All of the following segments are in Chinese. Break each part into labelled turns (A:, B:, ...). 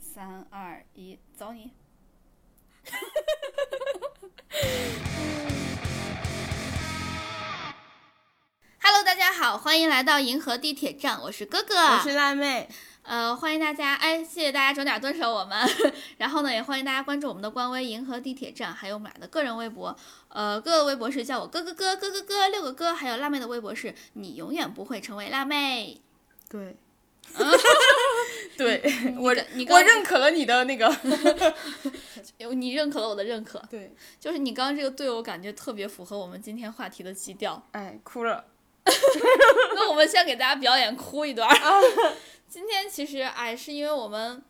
A: 三二一，走你！Hello，大家好，欢迎来到银河地铁站，我是哥哥，
B: 我是辣妹，
A: 呃，欢迎大家，哎，谢谢大家准点蹲守我们， 然后呢，也欢迎大家关注我们的官微“银河地铁站”，还有我们俩的个人微博，呃，各个微博是叫我哥哥哥哥哥哥六个哥，还有辣妹的微博是“你永远不会成为辣妹
B: 对，对”，我
A: 你跟你
B: 我
A: 刚
B: 认可了你的那个，
A: 你认可了我的认可，
B: 对，
A: 就是你刚刚这个对我感觉特别符合我们今天话题的基调，
B: 哎，哭了，
A: 那我们先给大家表演哭一段儿。
B: 啊
A: 今天其实哎，是因为我们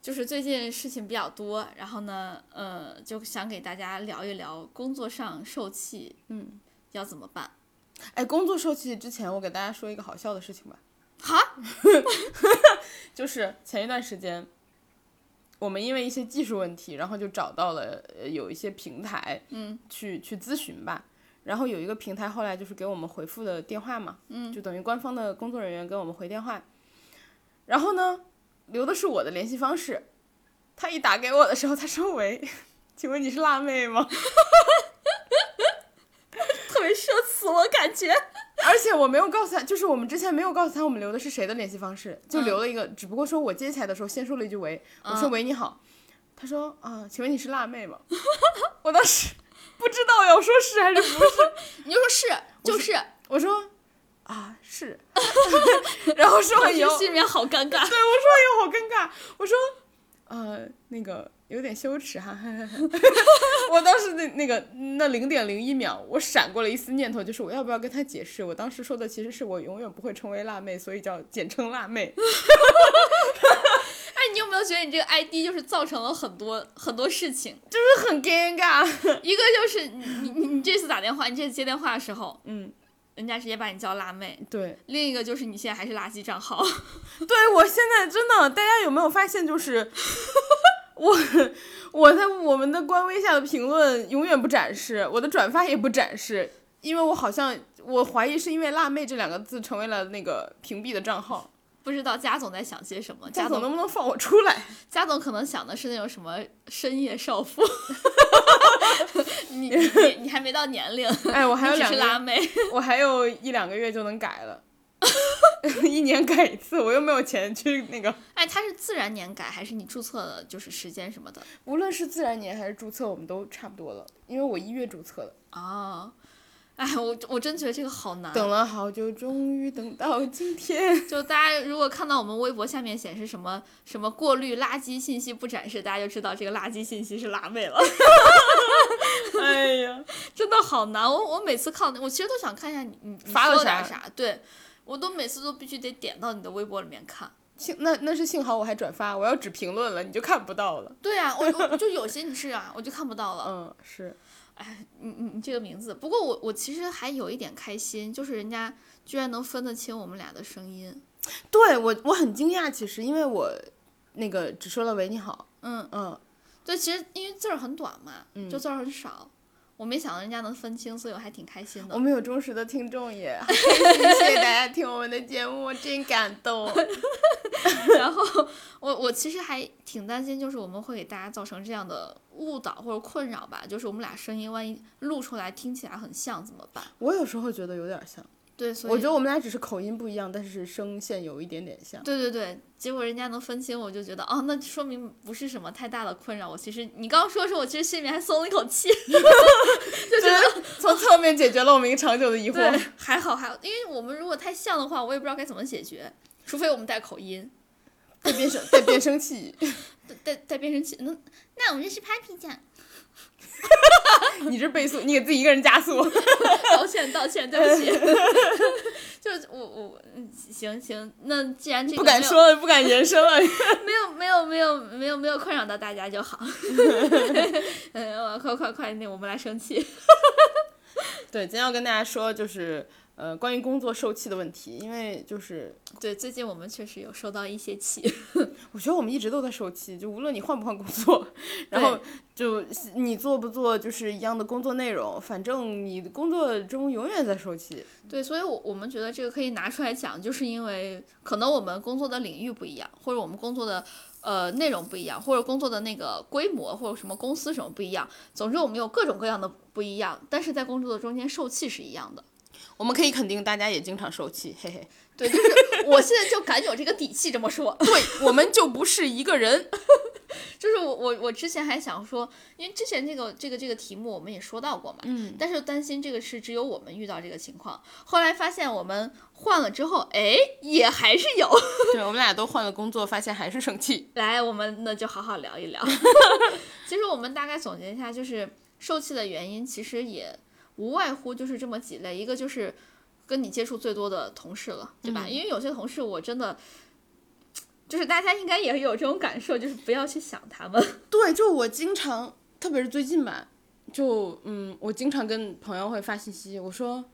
A: 就是最近事情比较多，然后呢，呃，就想给大家聊一聊工作上受气
B: 嗯，
A: 要怎么办。
B: 哎，工作受气之前，我给大家说一个好笑的事情吧，
A: 哈，
B: 就是前一段时间，我们因为一些技术问题，然后就找到了呃有一些平台，
A: 嗯，
B: 去去咨询吧。然后有一个平台后来就是给我们回复的电话嘛，嗯，就等于官方的工作人员给我们回电话。然后呢，留的是我的联系方式。他一打给我的时候，他说：“喂，请问你是辣妹吗
A: 特别社死我感觉。？”
B: 而且我没有告诉他，就是我们之前没有告诉他我们留的是谁的联系方式，就留了一个，只不过说我接起来的时候先说了一句“喂”，我说
A: 嗯
B: 喂你好，他说啊、请问你是辣妹吗？ 我当时不知道要说是还 是不是，
A: 你就说是，就是，
B: 我说啊是， 然后说
A: 我
B: 完以
A: 就
B: 后，对
A: 心里面好尴尬。
B: 我说完以后好尴尬，我说呃那个有点羞耻哈， 我当时那那个那零点零一秒，我闪过了一丝念头，就是我要不要跟他解释，我当时说的其实是我永远不会成为辣妹，所以叫简称辣妹。
A: 哎，你有没有觉得你这个 ID 就是造成了很多很多事情？
B: 就是很尴尬，
A: 一个就是你你你你这次打电话，你这次接电话的时候，
B: 嗯，
A: 人家直接把你叫辣妹；
B: 对，
A: 另一个就是你现在还是垃圾账号。
B: 对我现在真的，大家有没有发现，就是我我在我们的官微下的评论永远不展示，我的转发也不展示，因为我好像我怀疑是因为“辣妹”这两个字成为了那个屏蔽的账号。
A: 不知道贾总在想些什么。
B: 贾
A: 贾
B: 总
A: 总，
B: 能不能放我出 来？
A: 贾总可能想的是那种什么深夜少妇。 你 你你你还没到年龄，
B: 哎，我还有
A: 你只是
B: 两个
A: 辣
B: 月，
A: 妹。
B: 我还有一两个月就能改了， 一年改一次，我又没有钱去那个。
A: 哎，他是自然年改还是你注册的就是时间什么的？
B: 无论是自然年还是注册，我们都差不多了，因为我一月注册的。
A: 哦，哎，我我真觉得这个好难。啊
B: 等了好久，终于等到今天。
A: 就大家如果看到我们微博下面显示什么什么过滤垃圾信息不展示，大家就知道这个垃圾信息是辣妹了。
B: 哎呀，
A: 真的好难。我我每次看到，我其实都想看一下你你你
B: 发了
A: 说点
B: 啥
A: 啥，对我都每次都必须得点到你的微博里面看。
B: 幸那那是幸好我还转发，我要只评论了你就看不到了。
A: 对啊，我我就有些你是啊，我就看不到了。
B: 嗯，是，
A: 哎，你你你这个名字，不过我我其实还有一点开心，就是人家居然能分得清我们俩的声音。
B: 对我我很惊讶，其实因为我那个只说了喂你好，
A: 嗯，
B: 嗯，
A: 对，其实因为字儿很短嘛，就字儿很少，我没想到人家能分清，所以我还挺开心的
B: 我。们有忠实的听众耶， 好开心谢谢大家听我们的节目，我真感动。
A: 然后我我其实还挺担心，就是我们会给大家造成这样的误导或者困扰吧，就是我们俩声音万一录出来听起来很像怎么办？
B: 我有时候觉得有点像，
A: 对，所以
B: 我觉得我们俩只是口音不一样，但是声线有一点点 像。
A: 对对对，结果人家能分清，我就觉得哦，那说明不是什么太大的困扰。我其实你刚刚说的时候，我其实心里面还松了一口气，就觉得
B: 对， 从侧面解决了我们一个长久的疑
A: 对
B: 惑。，
A: 还好还好，因为我们如果太像的话，我也不知道该怎么解决，除非我们带口音，
B: 带变声，带变声器，
A: 带带带变声器。那那我们这是 Papi 酱，
B: 你这倍速，你给自己一个人加 速。
A: 道歉道歉，对不起。 就是我我嗯行行，那既然这个
B: 不敢
A: 没有
B: 说了，不敢延伸了。
A: 没有没有没有没有没有困扰到大家就好。嗯，快快快，那我们来生气。
B: 对，今天要跟大家说就是呃关于工作受气的问题，因为就是
A: 对，最近我们确实有收到一些气，
B: 我觉得我们一直都在受气，就无论你换不换工作，然后就是你做不做就是一样的工作内容，反正你的工作中永远在受气。
A: 对，所以我我们觉得这个可以拿出来讲，就是因为可能我们工作的领域不一样，或者我们工作的呃内容不一样，或者工作的那个规模或者什么公司什么不一样。总之，我们有各种各样的不一样，但是在工作的中间受气是一样的。
B: 我们可以肯定大家也经常受气，嘿嘿。
A: 对，就是我现在就敢有这个底气这么说。
B: 对，我们就不是一个人。
A: 就是我我我之前还想说，因为之前这个这个这个题目我们也说到过嘛，嗯，但是担心这个是只有我们遇到这个情况，后来发现我们换了之后，哎，也还是有。
B: 对，我们俩都换了工作，发现还是生气。
A: 来，我们那就好好聊一 聊。其实我们大概总结一下，就是受气的原因，其实也无外乎就是这么几类，一个就是跟你接触最多的同事了，对
B: 嗯
A: 吧？因为有些同事我真的。就是大家应该也有这种感受，就是不要去想他们。
B: 对，就我经常，特别是最近吧，就嗯，我经常跟朋友会发信息，我说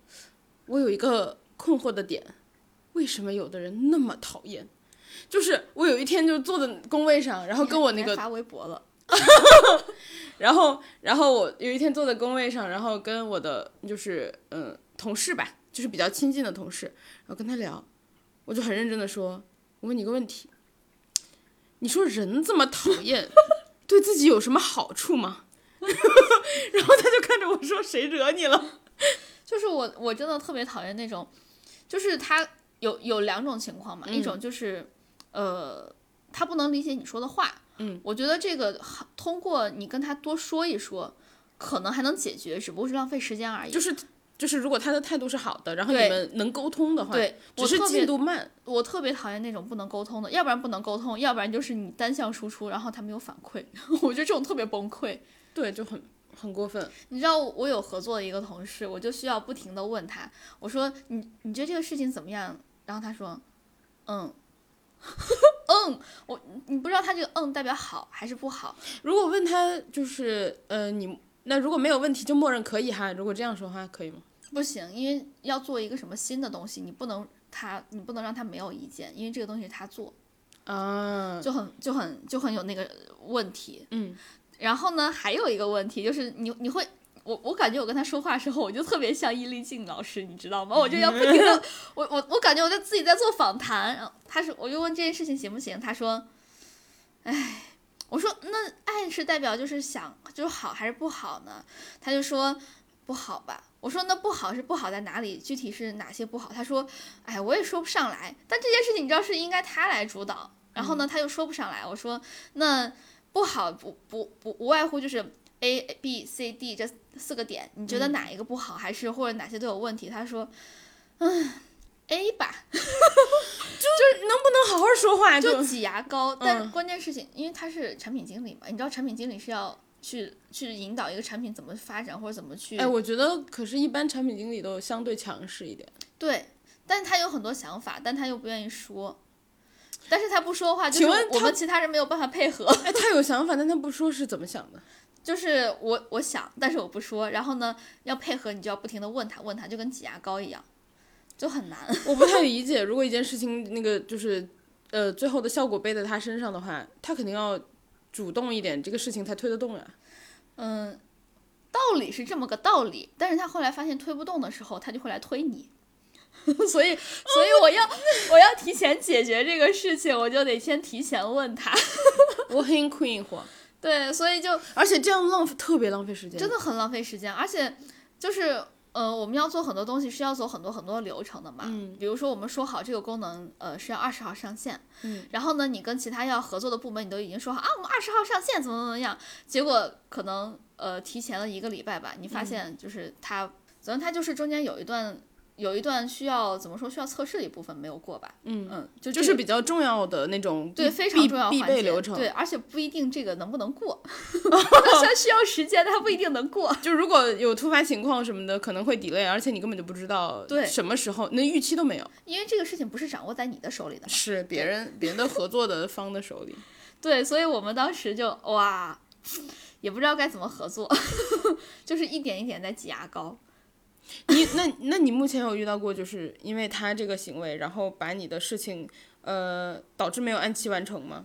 B: 我有一个困惑的点，为什么有的人那么讨厌？就是我有一天就坐在工位上，然后跟我那个
A: 发微博了，
B: 然后然后我有一天坐在工位上，然后跟我的就是嗯同事吧，就是比较亲近的同事，然后跟他聊，我就很认真的说，我问你一个问题。你说人这么讨厌，对自己有什么好处吗？ 然后他就看着我说：“谁惹你了
A: 就是我我真的特别讨厌那种，就是他有有两种情况嘛，一种就是呃他不能理解你说的话，嗯，我觉得这个通过你跟他多说一说，可能还能解决，只不过是浪费时间而已？”。
B: 就是就是，如果他的态度是好的，然后你
A: 对
B: 们能沟通的话，
A: 对
B: 只
A: 我
B: 是
A: 特别
B: 进度慢。
A: 我特别讨厌那种不能沟通的，要不然不能沟通，要不然就是你单向输出，然后他没有反馈， 我觉得这种特别崩溃。
B: 对，就很很过分。
A: 你知道我有合作的一个同事，我就需要不停的问他，我说你你觉得这个事情怎么样？然后他说，嗯， 嗯，我你不知道他这个嗯代表好还是不好，
B: 如果问他就是呃，你那如果没有问题就默认可以哈。如果这样说的话，可以吗？
A: 不行，因为要做一个什么新的东西，你不能他你不能让他没有意见，因为这个东西是他做，
B: 啊，
A: 就很就很就很有那个问题。
B: 嗯，
A: 然后呢，还有一个问题就是你你会。我我感觉我跟他说话的时候，我就特别像伊丽静老师，你知道吗？我就要不停的，我我我感觉我在自己在做访谈。然后他说，我就问这件事情行不行？他说，哎，我说那爱是代表就是想就是好还是不好呢？他就说不好吧。我说那不好是不好在哪里？具体是哪些不好？他说，哎，我也说不上来。但这件事情你知道是应该他来主导，然后呢他又说不上来。我说那不好不不不无外乎就是 A B C D 这四个点，你
B: 嗯
A: 觉得哪一个不好，还是或者哪些都有问题？他说，嗯，A 吧，
B: 不能好好说话就嗯
A: 就挤牙膏。但是关键事情，因为他是产品经理嘛，你知道产品经理是要去去引导一个产品怎么发展或者怎么去
B: 哎，我觉得可是，一般产品经理都相对强势一 点。
A: 对，但是他有很多想法，但他又不愿意说。但是他不说话，就
B: 请
A: 是
B: 问
A: 我
B: 他
A: 们其他人没有办法配合。
B: 哎，他有想法，但他不说是怎么想的。
A: 就是我我想，但是我不说。然后呢，要配合你就要不停的问他，问他就跟挤牙膏一样，就很难。
B: 我不太理解，如果一件事情那个就是，呃，最后的效果背在他身上的话，他肯定要主动一点，这个事情才推得动啊呀、
A: 嗯，道理是这么个道理，但是他后来发现推不动的时候，他就会来推你。 所以，所以我要我要提前解决这个事情，我就得先提前问他。
B: 我很困惑，
A: 对，所以就
B: 而且这样浪费特别浪费时间。
A: 真的很浪费时间，而且就是呃，我们要做很多东西是要走很多很多流程的嘛。嗯，比如说我们说好这个功能呃是要二十号上线，嗯，然后呢，你跟其他要合作的部门你都已经说好啊，我们二十号上线怎么怎么样，结果可能呃提前了一个礼拜吧，
B: 嗯
A: 你发现就是他，反正他就是中间有一段。有一段需要怎么说？需要测试的一部分没有过吧？嗯嗯，就
B: 就是比较重要的那种必，
A: 对，非常
B: 必
A: 重要
B: 必
A: 环节
B: 备流程。
A: 对，，而且不一定这个能不能 过，它需要时间，但它不一定能过。
B: 就如果有突发情况什么的，可能会 delay，而且你根本就不知道
A: 对
B: 什么时候，那预期都没有，
A: 因为这个事情不是掌握在你的手里的嘛。
B: 是别人别人的合作的方的手里。
A: 对，所以我们当时就哇，也不知道该怎么合作， 就是一点一点在挤牙膏。
B: 你那那你目前有遇到过，就是因为他这个行为，然后把你的事情，呃，导致没有按期完成
A: 呃
B: 吗？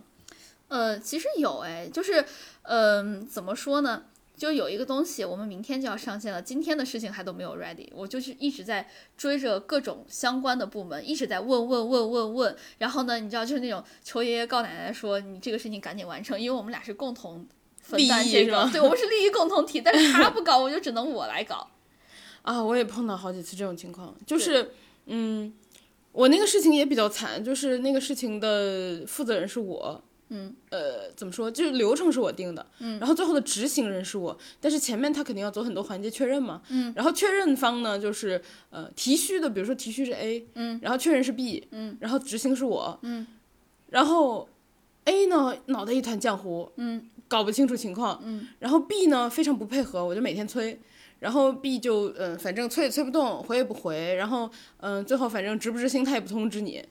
A: 呃，其实有哎，就是嗯、怎么说呢？就有一个东西，我们明天就要上线了，今天的事情还都没有 ready，我就是一直在追着各种相关的部门，一直在问问问问问。然后呢，你知道，就是那种求爷爷告奶奶说你这个事情赶紧完成，因为我们俩是共同分担
B: 利益
A: 这
B: 是
A: 个
B: 吧，
A: 对我们是利益共同体，但是他不搞，我就只能我来搞。
B: 啊，我也碰到好几次这种情况，就是，嗯，我那个事情也比较惨，就是那个事情的负责人是我，
A: 嗯，
B: 呃，怎么说，就是流程是我定的，嗯，然后最后的执行人是我，但是前面他肯定要走很多环节确认嘛，嗯，然后确认方呢就是，呃，提需的，比如说提需是 A，嗯，然后确认是 B，嗯，然后执行是我，嗯，然后 A 呢脑袋一团浆糊，嗯，搞不清楚情况，嗯，然后 B 呢非常不配合，我就每天催。然后 B 就嗯、呃反正催也催不动，回也不回，然后嗯、呃最后反正执不执行他也不通知你，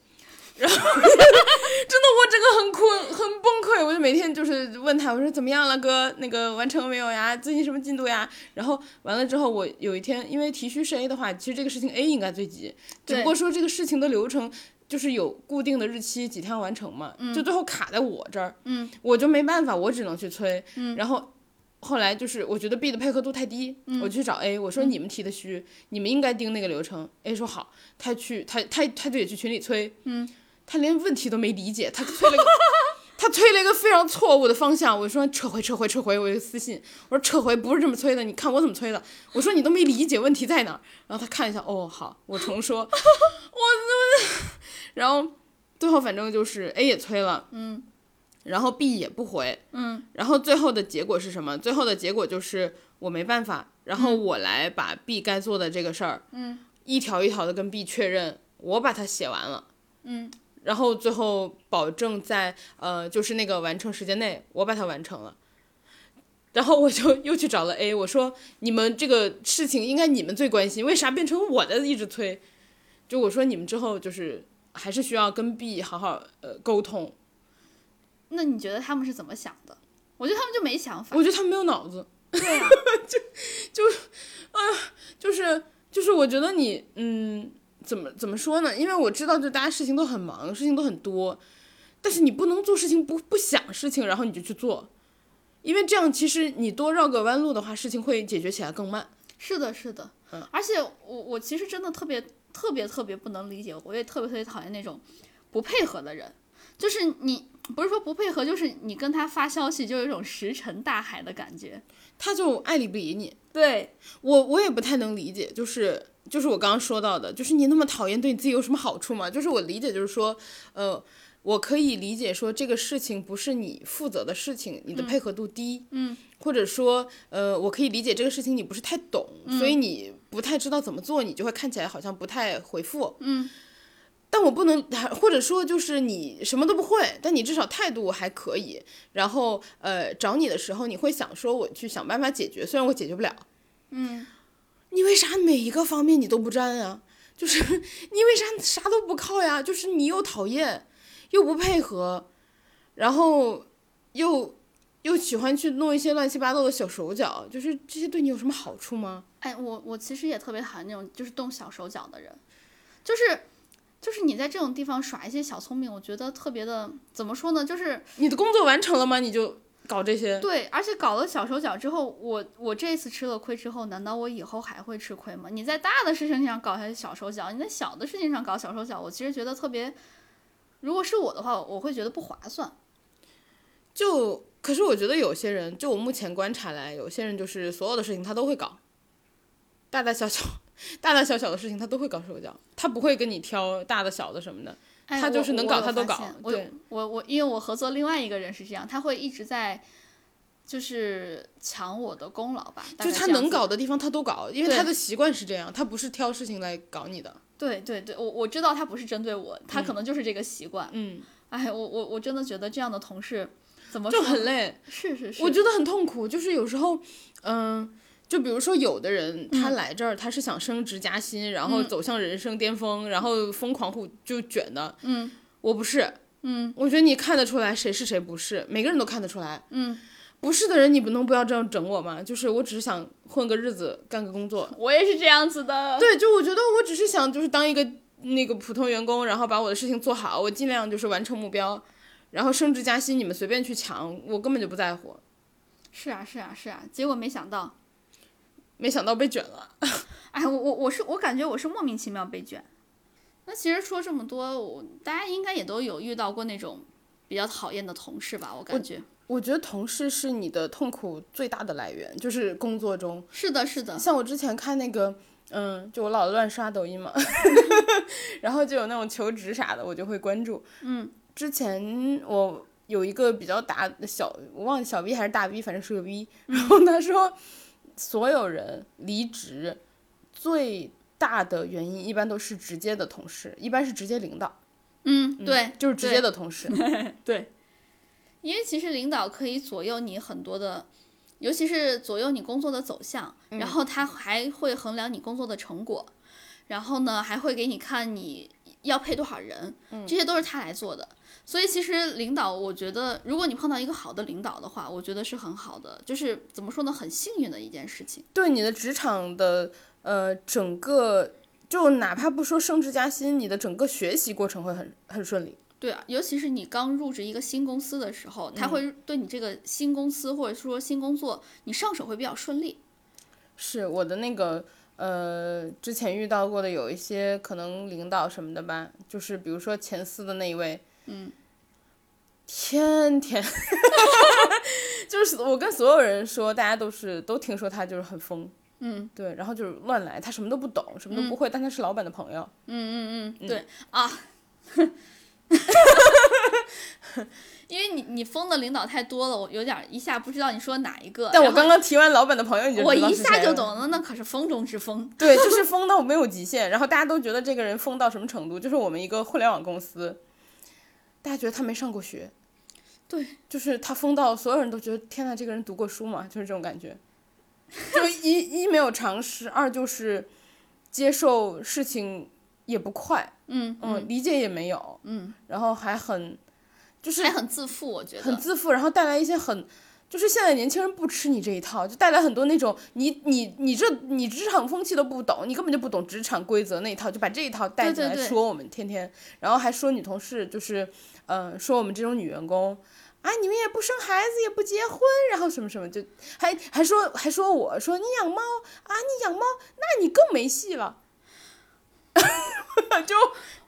B: 然后真的我整个很困很崩溃，我就每天就是问他，我说怎么样了哥，那个完成了没有呀？最近什么进度呀？然后完了之后，我有一天因为提需是 A 的话，其实这个事情 A 应该最急，只
A: 对
B: 不过说这个事情的流程。就是有固定的日期，几天要完成嘛，就最后卡在我这儿，嗯，我就没办法，我只能去催，嗯，然后后来就是我觉得 B 的配合度太低，我就去找 A，我说你们提的虚，你们应该盯那个流程。A 说好，他去他他他就也去群里催，嗯，他连问题都没理解，他催了 个他催了一个非常错误的方向。我说撤回撤回撤回，我就私信我说撤回不是这么催的，你看我怎么催的。我说你都没理解问题在哪儿，然后他看一下，哦好，我重 说，我怎么， 然后最后反正就是 A 也催了，嗯。然后 B 也不回，然后最后的结果是什么？最后的结果就是我没办法，然后我来把 B 该做的这个事儿，嗯，一条一条的跟 B 确认，我把它写完了，嗯，然后最后保证在呃就是那个完成时间内，我把它完成了。然后我就又去找了 A，我说你们这个事情应该你们最关心，为啥变成我的一直催？就我说你们之后就是还是需要跟 B 好好呃沟通，
A: 那你觉得他们是怎么想的？我觉得他们就没想法。
B: 我觉得他们没有脑子。
A: 对啊呀、
B: 就是就是，我觉得你嗯，怎么怎么说呢？因为我知道，就大家事情都很忙，事情都很多，但是你不能做事情不不想事情，然后你就去做，因为这样其实你多绕个弯路的话，事情会解决起来更慢。
A: 是的，是的，而且我我其实真的特别特别特别不能理解，我也特别特别讨厌那种不配合的人，就是你不是说不配合，就是你跟他发消息就有一种石沉大海的感觉。
B: 他就爱理不理你，
A: 对，
B: 我我也不太能理解，就是就是我刚刚说到的，就是你那么讨厌，对你自己有什么好处吗？就是我理解，就是说，呃，我可以理解说这个事情不是你负责的事情，你的配合度低，嗯，或者说，呃，我可以理解这个事情你不是太懂，所以你不太知道怎么做，你就会看起来好像不太回复，嗯。但我不能，还或者说就是你什么都不会，但你至少态度还可以。然后，呃，找你的时候，你会想说我去想办法解决，虽然我解决不了，你为啥每一个方面你都不沾啊？就是你为啥啥都不靠呀？就是你又讨厌，又不配合，然后又又喜欢去弄一些乱七八糟的小手脚，就是这些对你有什么好处吗？
A: 哎，我我其实也特别讨厌那种就是动小手脚的人，就是就是你在这种地方耍一些小聪明，我觉得特别的怎么说呢，就是
B: 你的工作完成了吗？你就搞这些？
A: 对，而且搞了小手脚之后，我我这次吃了亏之后，难道我以后还会吃亏吗？你在大的事情上搞些小手脚，你在小的事情上搞小手脚，我其实觉得特别，如果是我的话，我会觉得不划算。
B: 就可是我觉得有些人，就我目前观察来，有些人就是所有的事情他都会搞，大大小 小、大大小小的事情他都会搞手脚，他不会跟你挑大的小的什么的。
A: 哎、
B: 他
A: 我
B: 就是能
A: 我
B: 搞
A: 有
B: 他都
A: 发
B: 搞
A: 现我有
B: 对
A: 我我，因为我合作另外一个人是这样，他会一直在，就是抢我的功劳吧，大
B: 就
A: 概
B: 他
A: 这样子
B: 能搞的地方他都搞，因为
A: 对
B: 他的习惯是这样，他不是挑事情来搞你的。
A: 对对对，我我知道他不是针对我，他可能就是这个习惯。
B: 嗯，
A: 哎，我我我真的觉得这样的同事怎么
B: 就
A: 说
B: 很
A: 呢
B: 累，
A: 是是是，
B: 我觉得很痛苦。就是有时候，嗯、就比如说有的人
A: 嗯
B: 他来这儿，他是想升职加薪，然后走向人生巅峰，然后疯狂互就卷的。
A: 嗯，
B: 我不是。
A: 嗯，
B: 我觉得你看得出来谁是谁不是，每个人都看得出来。嗯，不是的人，你不能不要这样整我吗？就是我只是想混个日子，干个工作，
A: 我也是这样子的。
B: 对，就我觉得我只是想就是当一个那个普通员工，然后把我的事情做好，我尽量就是完成目标，然后升职加薪你们随便去抢，我根本就不在乎。
A: 是啊，是啊，是啊，结果没想到，
B: 没想到被卷了。
A: 哎，我我我是我感觉我是莫名其妙被卷。那其实说这么多，我大家应该也都有遇到过那种比较讨厌的同事吧？我感觉
B: 我觉得同事是你的痛苦最大的来源，就是工作中。
A: 是的，是的，
B: 像我之前看那个，嗯，就我老乱刷抖音嘛， 然后就有那种求职啥的，我就会关注。
A: 嗯，
B: 之前我有一个比较大小，我忘了小 V 还是大 V，反正是个 V。然
A: 嗯
B: 后他说，所有人离职最大的原因一般都是直接的同事，一般是直接领导，
A: 嗯，
B: 嗯
A: 对，
B: 就是直
A: 对
B: 接的同事。对，
A: 因为其实领导可以左右你很多的，尤其是左右你工作的走向，然后他还会衡量你工作的成果，然后呢还会给你看你要配多少人，这些都是他来做的。所以其实领导，我觉得如果你碰到一个好的领导的话，我觉得是很好的，就是怎么说呢，很幸运的一件事情。
B: 对你的职场的呃整个，就哪怕不说升职加薪，你的整个学习过程会很很顺利。
A: 对啊，尤其是你刚入职一个新公司的时候，他会对你这个新公司或者说新工作，你上手会比较顺利。
B: 是我的那个呃，之前遇到过的有一些可能领导什么的吧，就是比如说前四的那一位，嗯，天天， 就是我跟所有人说，大家都是都听说他就是很疯，嗯，对，然后就是乱来，他什么都不懂，什么都不会，但他是老板的朋友，
A: 嗯，对啊， 因为你你封的领导太多了，我有点一下不知道你说哪一个。
B: 但我
A: 然后
B: 刚刚提完老板的朋友，你就
A: 我
B: 知道
A: 一
B: 是谁
A: 下就
B: 了
A: 懂了，那可是风中之风。
B: 对，就是疯到没有极限，然后大家都觉得这个人疯到什么程度？就是我们一个互联网公司，大家觉得他没上过学，
A: 对，
B: 就是他疯到所有人都觉得天呐，这个人读过书吗？就是这种感觉，就一一没有常识，二就是接受事情也不快，
A: 嗯，
B: 嗯，理解也没有，嗯，然后还很就是
A: 还很自负，我觉
B: 很
A: 得。
B: 自负，然后带来一些很，就是现在年轻人不吃你这一套，就带来很多那种你你你这你职场风气都不懂，你根本就不懂职场规则那一套，就把这一套带进
A: 对
B: 来
A: 对对
B: 说我们天天，然后还说女同事就是，呃，说我们这种女员工。啊，你们也不生孩子，也不结婚，然后什么什么，就还还说还说我说你养猫啊，你养猫，那你更没戏了。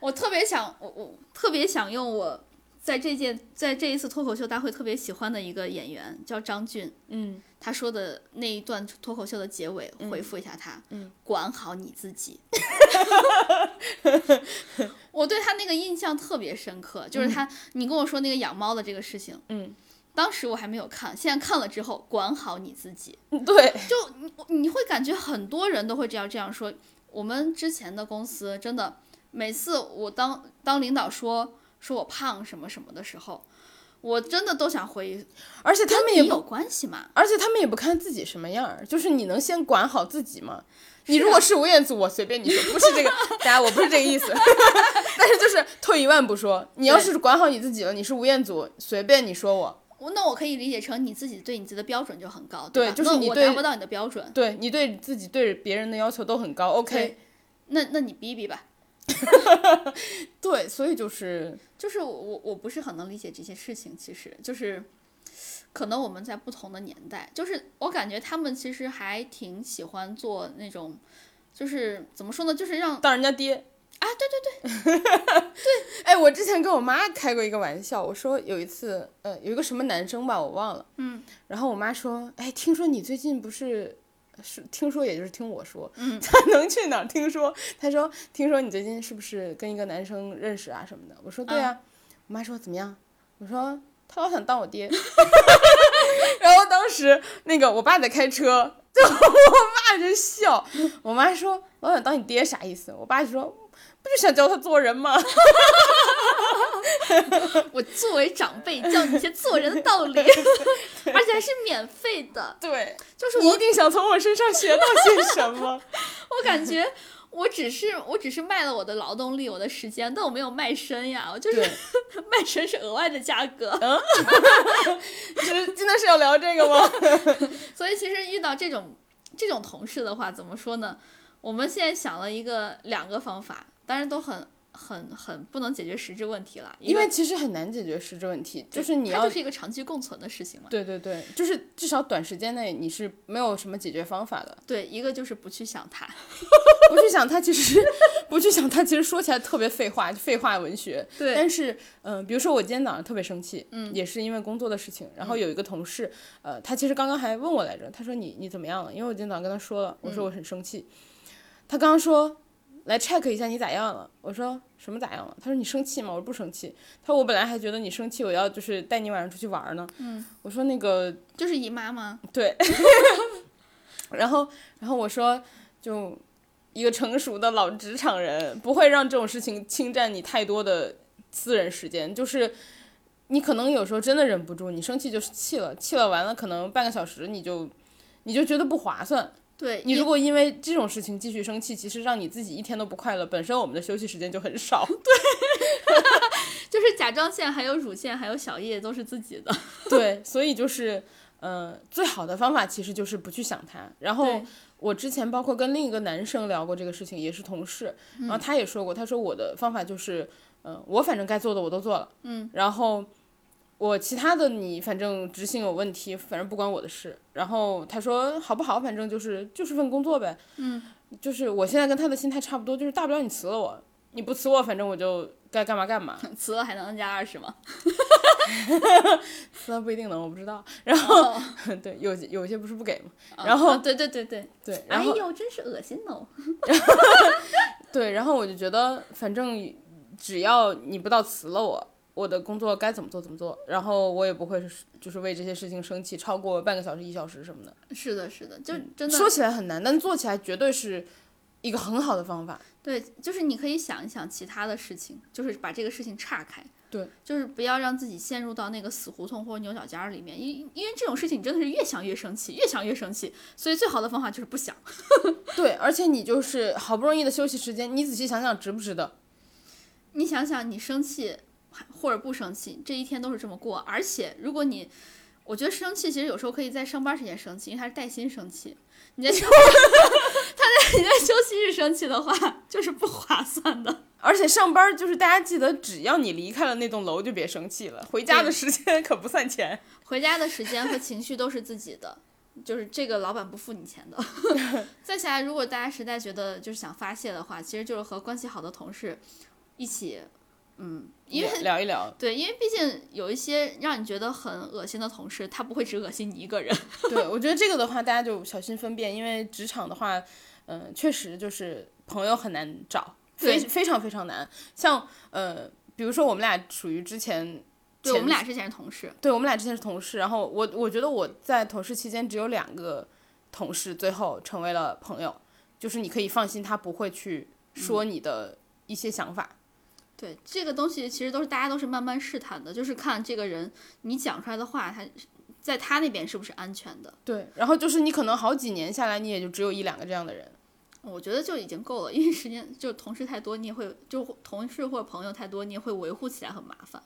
A: 我特别想，我我特别想用我在这届在这一次脱口秀大会特别喜欢的一个演员叫张俊，
B: 嗯，
A: 他说的那一段脱口秀的结尾，回复一下他，
B: 嗯
A: 管好你自己。 我对他那个印象特别深刻，就是他，你跟我说那个养猫的这个事情，
B: 嗯，
A: 当时我还没有看，现在看了之后，管好你自己，
B: 嗯对，
A: 就你你会感觉很多人都会这样这样说。我们之前的公司真的，每次我当当领导说说我胖什么什么的时候，我真的都想回，
B: 而且他们也
A: 跟
B: 不
A: 你有关系吗？
B: 而且他们也不看自己什么样儿，就是你能先管好自己吗？你
A: 是
B: 如
A: 啊
B: 果是吴彦祖，我随便你说，不是这 个，大家我不是这个意思。 但是就是退一万步说，你要是管好你自己了，你是吴彦祖，随便你说我，
A: 我那我可以理解成你自己对你自己的标准就很高，
B: 对
A: 吧？
B: 就是
A: 那
B: 你
A: 我
B: 对
A: 达不到你的标准，
B: 对你对自己对别人的要求都很高，OK？
A: 那那你逼逼吧。
B: 对，所以就是
A: 就是我我我不是很能理解这些事情，其实就是可能我们在不同的年代，就是我感觉他们其实还挺喜欢做那种，就是怎么说呢，就是让
B: 当人家爹。
A: 啊对对
B: 哎，我之前跟我妈开过一个玩笑，我说有一次，呃，有一个什么男生吧，我忘了，
A: 嗯，
B: 然后我妈说，哎，听说你最近不是。是听说，也就是听我说，
A: 嗯
B: 他能去哪儿？听说，他说，听说你最近是不是跟一个男生认识啊什么的？我说对
A: 嗯
B: 啊，我妈说怎么样？我说他老想当我爹， 然后当时那个我爸在开车，就我爸就笑，我妈说老想当你爹啥意思？我爸就说不就想教他做人吗？
A: 对，我作为长辈教你一些做人的道 理，而且还是免费的，
B: 对，
A: 就是
B: 你
A: 我
B: 一定想从我身上学到些什么？
A: 我感觉。我只是我只是卖了我的劳动力，我的时间，但我没有卖身呀，我就是
B: 对，
A: 卖身是额外的价格。
B: 就是真的是要聊这个吗？
A: 所以其实遇到这种这种同事的话，怎么说呢？我们现在想了一个两个方法，当然都很很很不能解决实质问题了，
B: 因
A: 为
B: 为其实很难解决实质问题，就是你
A: 它
B: 要
A: 就是一个长期共存的事情嘛。
B: 对对对，就是至少短时间内你是没有什么解决方法的。
A: 对，一个就是不去想它，
B: 不去想它，其实不去想它，其实说起来特别废话，废话文学。
A: 对
B: 但是，嗯、比如说我今天早上特别生气，嗯，也是因为工作的事情。然后有一个同事，呃，他其实刚刚还问我来着，他说你你怎么样了？因为我今天早上跟他说了，我说我很生气。他刚刚说来 check 一下你咋样了？我说什么咋样了？他说你生气吗？我说不生气。他说我本来还觉得你生气，我要就是带你晚上出去玩呢。嗯，我说那个
A: 就是姨妈吗？
B: 对，然后然后我说，就一个成熟的老职场人不会让这种事情侵占你太多的私人时间，就是。你可能有时候真的忍不住，你生气就是气了，气了完了，可能半个小时你就，你就觉得不划算。
A: 对，
B: 你
A: 因
B: 如果因为这种事情继续生气，其实让你自己一天都不快乐。本身我们的休息时间就很少，
A: 就是甲状腺、还有乳腺、还有小叶都是自己的。
B: 对，所以就是，呃，最好的方法其实就是不去想它。然后
A: 对
B: 我之前包括跟另一个男生聊过这个事情，也是同事，然后他也说过，他说我的方法就是，呃，我反正该做的我都做了，嗯，然后我其他的你反正执行有问题，反正不关我的事。然后他说好不好，反正就是就是份工作呗，嗯，就是我现在跟他的心态差不多，就是大不了你辞了我，你不辞我，反正我就该干嘛干嘛，
A: 辞了还能 N 加二是吗？
B: 辞了不一定能，我不知道。 然后、
A: 哦，
B: 对，有些有些不是不给嘛，
A: 啊
B: 然后
A: 啊对对对对，
B: 对，然
A: 哎
B: 后、
A: 呦，真是恶心哦。
B: 对，然后我就觉得，反正只要你不到辞了我，我的工作该怎么做怎么做，然后我也不会是就是为这些事情生气超过半个小时、一小时什么的。
A: 是的，是的，就真的
B: 嗯说起来很难，但做起来绝对是一个很好的 方法。
A: 对，就是你可以想一想其他的事情，就是把这个事情岔开。
B: 对，
A: 就是不要让自己陷入到那个死胡同或者牛角尖儿里面，因因为这种事情你真的是越想越生气，越想越生气，所以最好的方法就是不想。
B: 对，而且你就是好不容易的休息时间，你仔细想想值不值得？
A: 你想想，你生气或者不生气，这一天都是这么过。而且，如果你，我觉得生气其实有时候可以在上班时间生气，因为它是带薪生气。你在 休，他在你在休息日生气的话，就是不划算的。
B: 而且上班就是大家记得，只要你离开了那栋楼就别生气了，回家的时间可不算钱。
A: 回家的时间和情绪都是自己的，就是这个老板不付你钱的。再下来，如果大家实在觉得就是想发泄的话，其实就是和关系好的同事一起，嗯，因为
B: 聊一聊，
A: 对，因为毕竟有一些让你觉得很恶心的同事，他不会只恶心你一个人。
B: 对，我觉得这个的话，大家就小心分辨，因为职场的话，嗯、确实就是朋友很难找，非
A: 对
B: 非常非常难。像呃，比如说我们俩属于之前，
A: 对我们
B: 前
A: 俩之前是同事，
B: 对我们俩之前是同事，然后我我觉得我在同事期间只有两个同事最后成为了朋友，就是你可以放心，他不会去说你的一些想法。
A: 对这个东西其实都是大家都是慢慢试探的，就是看这个人你讲出来的话，他在他那边是不是安全的。
B: 对，然后就是你可能好几年下来，你也就只有一两个这样的人。
A: 我觉得就已经够了，因为时间就同事太多，你也会就同事或者朋友太多，你也会维护起来很麻烦。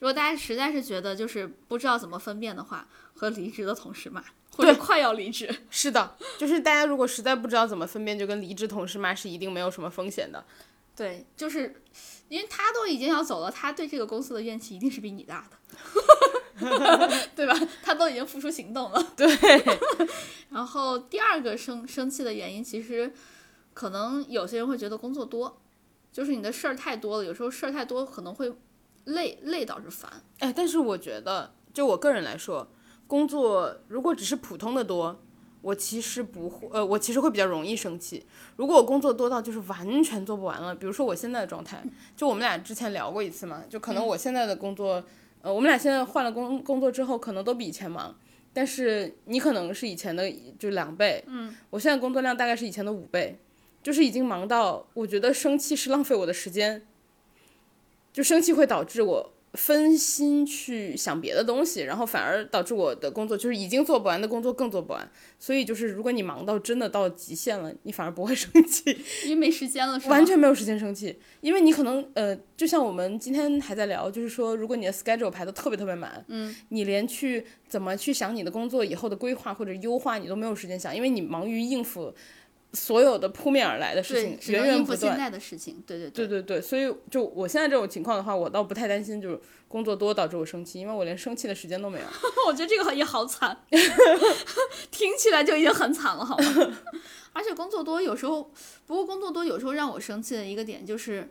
A: 如果大家实在是觉得就是不知道怎么分辨的话，和离职的同事骂，或者快要离职，
B: 是的，就是大家如果实在不知道怎么分辨，就跟离职同事骂是一定没有什么风险的。
A: 对，就是因为他都已经要走了，他对这个公司的怨 气一定是比你大的，对吧？他都已经付出行动了。对。 然后第二个生生气的原因，其实可能有些人会觉得工作多，就是你的事儿太多了，有时候事儿太多可能会累，累导致烦。
B: 哎，但是我觉得，就我个人来说，工作如果只是普通的多，我其实不会，呃，我其实会比较容易生气。如果我工作多到就是完全做不完了，比如说我现在的状态，就我们俩之前聊过一次嘛，就可能我现在的工作，呃，我们俩现在换了工工作之后，可能都比以前忙。但是你可能是以前的就两倍，嗯，我现在工作量大概是以前的五倍，就是已经忙到我觉得生气是浪费我的时间，就生气会导致我分心去想别的东西，然后反而导致我的工作就是已经做不完的工作更做不完。所以就是如果你忙到真的到极限了，你反而不会生气，
A: 因为没时间了，是吗？
B: 完全没有时间生气，因为你可能呃，就像我们今天还在聊，就是说如果你的 schedule 排的特别特别满，嗯，你连去怎么去想你的工作以后的规划或者优化你都没有时间想，因为你忙于应付。所有的扑面而来的事
A: 对，
B: 情，
A: 只
B: 源
A: 能应
B: 源
A: 付
B: 不
A: 现
B: 断。
A: 在的事情，对对
B: 对
A: 对，
B: 对对，所以就我现在这种情况的话，我倒不太担心，就是工作多导致我生气，因为我连生气的时间都没有。
A: 我觉得这个也好 惨，听起来就已经很惨了，好吗？ 而且工作多有时候，不过工作多有时候让我生气的一个点就是，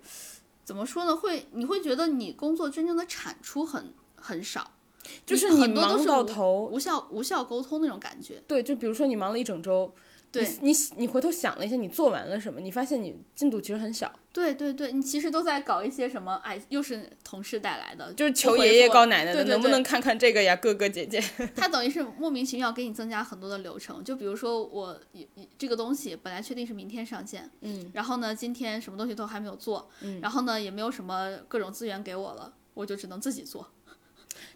A: 怎么说呢？会你会觉得你工作真正的产出很很少，
B: 就是
A: 你
B: 你
A: 很多都
B: 忙
A: 是
B: 到
A: 无
B: 头，
A: 无效无效沟通那种感觉。
B: 对，就比如说你忙了一整周，
A: 对
B: 你你你回头想了一下，你做完了什么，你发现你进度其实很小，
A: 对对对，你其实都在搞一些什么？哎，又是同事带来的，
B: 就是
A: 不
B: 求
A: 回
B: 爷爷
A: 复
B: 告奶奶的，
A: 对对
B: 能不
A: 对
B: 能看看这个呀，哥哥姐 姐？
A: 它等于是莫名其妙给你增加很多的流程。就比如说我这个东西本来确定是明天上线，
B: 嗯，
A: 然后呢今天什么东西都还没有做，
B: 嗯
A: 然后呢也没有什么各种资源给我了，我就只能自己做。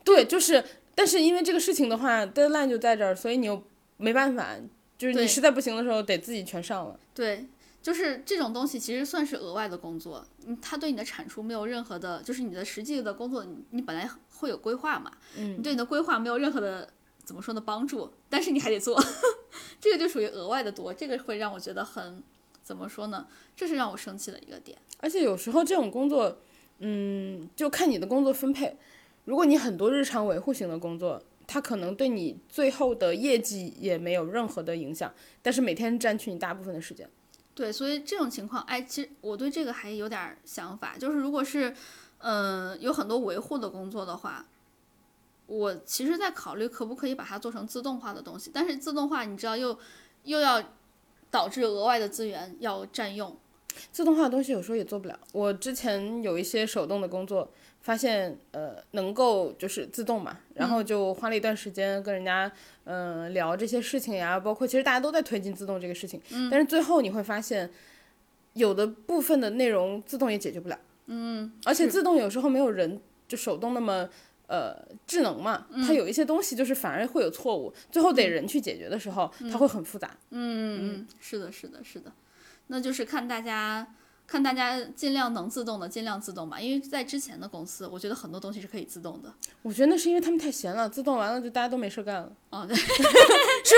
B: 对，就是，但是因为这个事情的话，deadline 就在这儿，所以你又没办法，就是
A: 对
B: 你实在不行的时候得自己全上了。
A: 对，就是这种东西其实算是额外的工作，嗯，它对你的产出没有任何的，就是你的实际的工作，你你本来会有规划嘛，
B: 嗯
A: 你对你的规划没有任何的怎么说呢帮助，但是你还得做， 这个就属于额外的多，这个会让我觉得很怎么说呢，这是让我生气的一个点。
B: 而且有时候这种工作，嗯，就看你的工作分配。如果你很多日常维护型的工作，它可能对你最后的业绩也没有任何的影响，但是每天占据你大部分的时间。
A: 对，所以这种情况，哎，其实我对这个还有点儿想法，就是如果是，嗯、有很多维护的工作的话，我其实在考虑可不可以把它做成自动化的东西，但是自动化你知道又又要导致额外的资源要占用，
B: 自动化的东西有时候也做不了。我之前有一些手动的工作，发现呃能够就是自动嘛，然后就花了一段时间跟人家嗯、呃聊这些事情呀，包括其实大家都在推进自动这个事情，但是最后你会发现，有的部分的内容自动也解决不了。嗯，而且自动有时候没有人就手动那么。呃，智能嘛，它有一些东西就是反而会有错误，最后得人去解决的时候，它会很复杂。
A: 嗯嗯，是的，是的，是的，那就是看大家看大家尽量能自动的尽量自动吧，因为在之前的公司，我觉得很多东西是可以自动的，
B: 我觉得那是因为他们太闲了，自动完了就大家都没事干了。
A: 哦，
B: 对， 是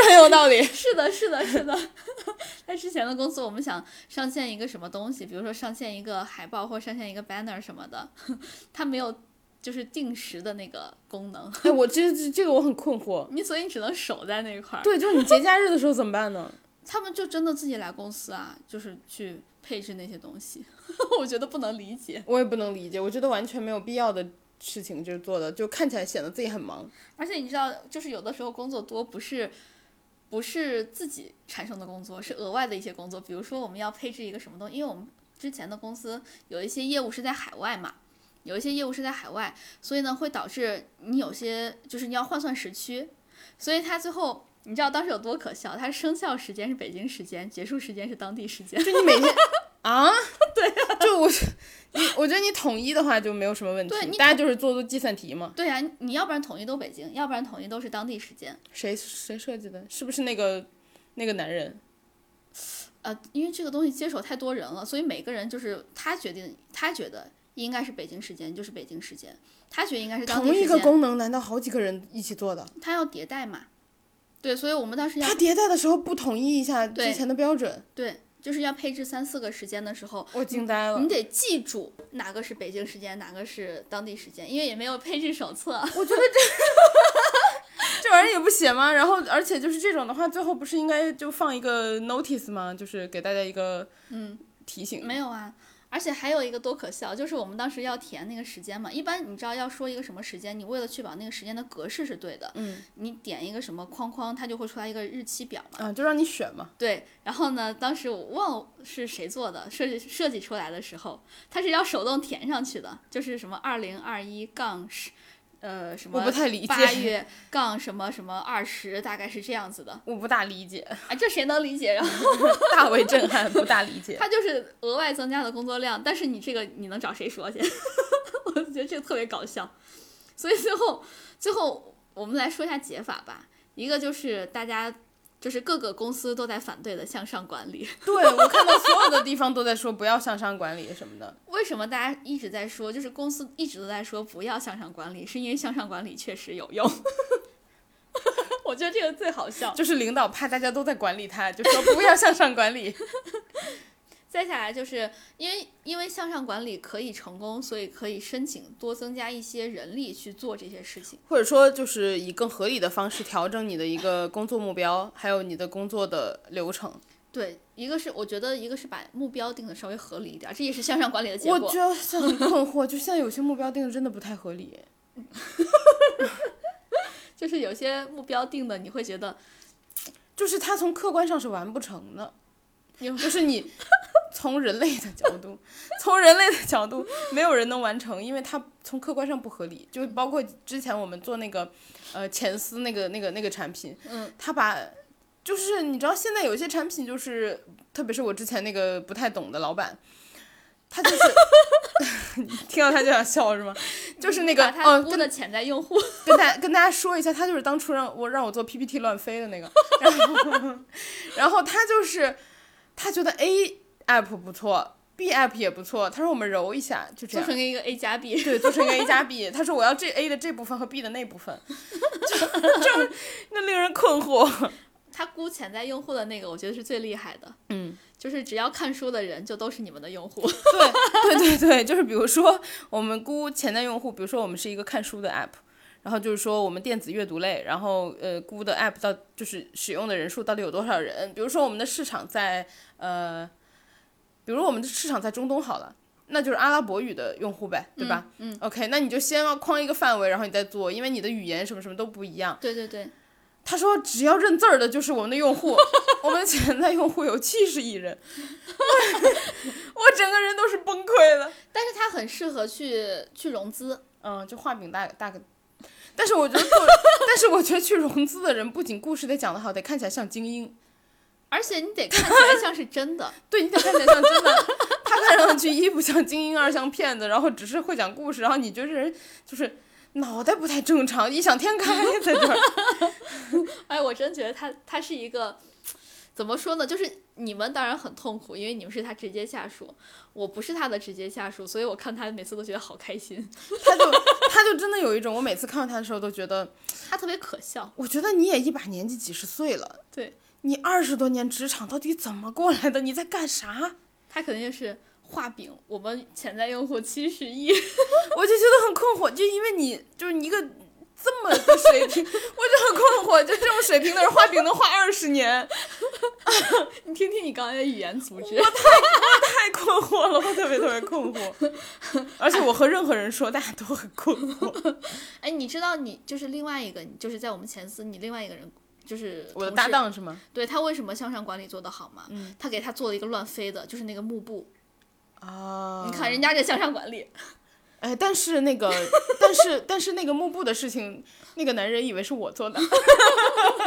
B: 很有道理。
A: 是的，是的，是的。 在之前的公司，我们想上线一个什么东西，比如说上线一个海报或上线一个 banner 什么的， 它没有就是定时的那个功能，
B: 哎，我这这这个我很困惑。
A: 你所以你只能守在那块儿。
B: 对，就是你节假日的时候怎么办呢？
A: 他们就真的自己来公司啊，就是去配置那些东西， 我觉得不能理解。
B: 我也不能理解，我觉得完全没有必要的事情就是做的，就看起来显得自己很忙。
A: 而且你知道，就是有的时候工作多不是。不是自己产生的工作，是额外的一些工作。比如说，我们要配置一个什么东西，因为我们之前的公司有一些业务是在海外嘛，有一些业务是在海外，所以呢会导致你有些就是你要换算时区，所以它最后你知道当时有多可笑，它生效时间是北京时间，结束时间是当地时间。
B: 就你每 天啊，对，就我，你我觉得你统一的话就没有什么问题
A: 对你，
B: 大家就是做做计算题嘛。
A: 对呀、啊你你要不然统一都北京，要不然统一都是当地时间。
B: 谁谁设计的？是不是那个那个男人？
A: 呃，因为这个东西接手太多人了，所以每个人就是他决定，他觉得应该是北京时间就是北京时间，他觉得应该是当地
B: 同一
A: 时
B: 个
A: 间，
B: 功能，难道好几个人一起做的？
A: 他要迭代嘛。对，所以我们当时要
B: 它迭代的时候不统一一下
A: 对
B: 之前的标准，
A: 对，就是要配置三四个时间的时候，
B: 我惊呆了。
A: 你得记住哪个是北京时间，哪个是当地时间，因为也没有配置手册。
B: 这玩意儿也不写吗？然后，而且就是这种的话，最后不是应该就放一个 notice 吗？就是给大家一个
A: 嗯
B: 提醒。
A: 没有啊。而且还有一个多可笑，就是我们当时要填那个时间嘛，一般你知道要说一个什么时间，你为了确保那个时间的格式是对的，
B: 嗯
A: 你点一个什么框框，它就会出来一个日期表嘛。
B: 啊，就让你选嘛。
A: 对，然后呢，当时我忘了是谁做的，设计设计出来的时候，它是要手动填上去的，就是什么二零二一杠十，呃，什
B: 我
A: 么
B: 不太理
A: 八
B: 解，
A: 月杠什么什么二十，大概是这样子的。
B: 我不大理解，
A: 哎，这谁能理解？然后
B: 大为震撼，不大理解。
A: 它就是额外增加的工作量，但是你这个你能找谁说去？ 我觉得这个特别搞笑。所以最后，最后我们来说一下解法吧。一个就是大家就是各个公司都在反对的向上管理，
B: 对我看到所有的地方都在说不要向上管理什么的，
A: 为什么大家一直在说，就是公司 一直都在说不要向上管理，是因为向上管理确实有用。我我觉得这个最好笑。
B: 就是领导怕大家都在管理他，就说不要向上管理。
A: 再下来就是因为因为向上管理可以成功，所以可以申请多增加一些人力去做这些事情。
B: 或者说就是以更合理的方式调整你的一个工作目标，还有你的工作的流程。
A: 对，一个是我觉得一个是把目标定的稍微合理一点，这也是向上管理的结
B: 我
A: 果。
B: 觉得这很困惑，就现在有些目标定的真的不太合理。
A: 就是有些目标定的，你会觉得
B: 就是它从客观上是完不成的，
A: 有
B: 就是你从人类的角度，从人类的角度，没有人能完成，因为它从客观上不合理。就包括之前我们做那个呃前司那个那个那个产品，
A: 嗯，
B: 它把就是你知道现在有些产品就是，特别是我之前那个不太懂的老板。他就是， 你听到他就想笑是吗？就是那个
A: 把他
B: 哦，
A: 估的潜在用户，
B: 跟大跟大家说一下，他就是当初让我让我做 PPT 乱飞的那个，然后然后他就是他觉得 A app 不错，B app 也不错，他说我们揉一下，就这
A: 做
B: 样，
A: 成一个 A 加 B。
B: 对，做成一个 A 加 B，他说我要这 A 的这部分和 B 的那部分， 就就那令人困惑，
A: 他估潜在用户的那个，我觉得是最厉害的。
B: 嗯，
A: 就是只要看书的人，就都是你们的用户。
B: 对对对对，就是比如说我们估潜在用户，比如说我们是一个看书的 app。然后就是说，我们电子阅读类，然后呃，估的 app 到就是使用的人数到底有多少人？比如说我们的市场在呃，比如我们的市场在中东好了，那就是阿拉伯语的用户呗，对吧？嗯。OK，那你就先要框一个范围，然后你再做，因为你的语言什么什么都不一样。
A: 对对对，
B: 他说，只要认字儿的就是我们的用户，我们的潜在用户有七十亿人， 我我整个人都是崩溃了。
A: 但是他很适合去去融资。
B: 嗯，就画饼大大个。但是我觉得做， 但是我觉得去融资的人，不仅故事得讲得好，得看起来像精英，
A: 而且你得看起来像是真的，
B: 对你得看起来像真的。他看上去一不像精英，二像骗子，然后只是会讲故事，然后你觉得这人就是脑袋不太正常，异想天开在这儿。
A: 哎，我真觉得他他是一个，怎么说呢？就是你们当然很痛苦，因为你们是他直接下属，我不是他的直接下属，所以我看他每次都觉得好开心，
B: 他就他就真的有一种，我每次看到他的时候都觉得，
A: 他特别可笑。
B: 我觉得你也一把年纪几十岁了，
A: 对
B: 你二十多年职场到底怎么过来的？你在干啥？
A: 他肯定是画饼，我们潜在用户七十亿，
B: 我就觉得很困惑，就因为你就是你一个这么个水平，我就很困惑，就这种水平的人画饼能画二十年，
A: 你听听你刚才的语言组织，
B: 太困惑了，我特别特别困惑。而且我和任何人说，大家都很困惑。
A: 哎，你知道你就是另外一个，你就是在我们前司，你另外一个人就是
B: 我的
A: 同
B: 搭
A: 事，
B: 档嗯是吗？
A: 对他为什么向上管理做得好吗？他给他做了一个乱飞的，就是那个幕布，
B: 啊
A: 你看人家这向上管理，
B: 哎，但是那个，但是但是那个幕布的事情，那个男人以为是我做的，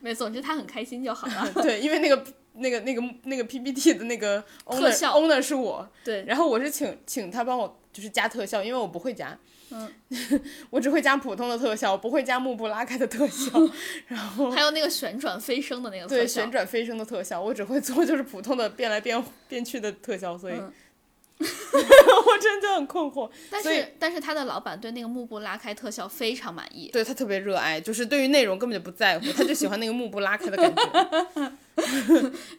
A: 没，总之他很开心就好 了。
B: 对，因为那个。那个、那个、那个 PPT 的那个
A: 特
B: owner
A: 效
B: owner 是我，
A: 对，
B: 然后我是请请他帮我就是加特效，因为我不会加，
A: 嗯，
B: 我只会加普通的特效，我不会加幕布拉开的 特效，
A: 还有那个旋转飞升的那个特
B: 对
A: 效
B: 旋转飞升的特效，我只会做就是普通的变来变变去的特效，所以、
A: 嗯
B: 我真的很困惑。
A: 但
B: 所以
A: 是但是他的老板对那个幕布拉开特效非常满意。
B: 对他特别热爱，就是对于内容根本就不在乎，他就喜欢那个幕布拉开的感觉。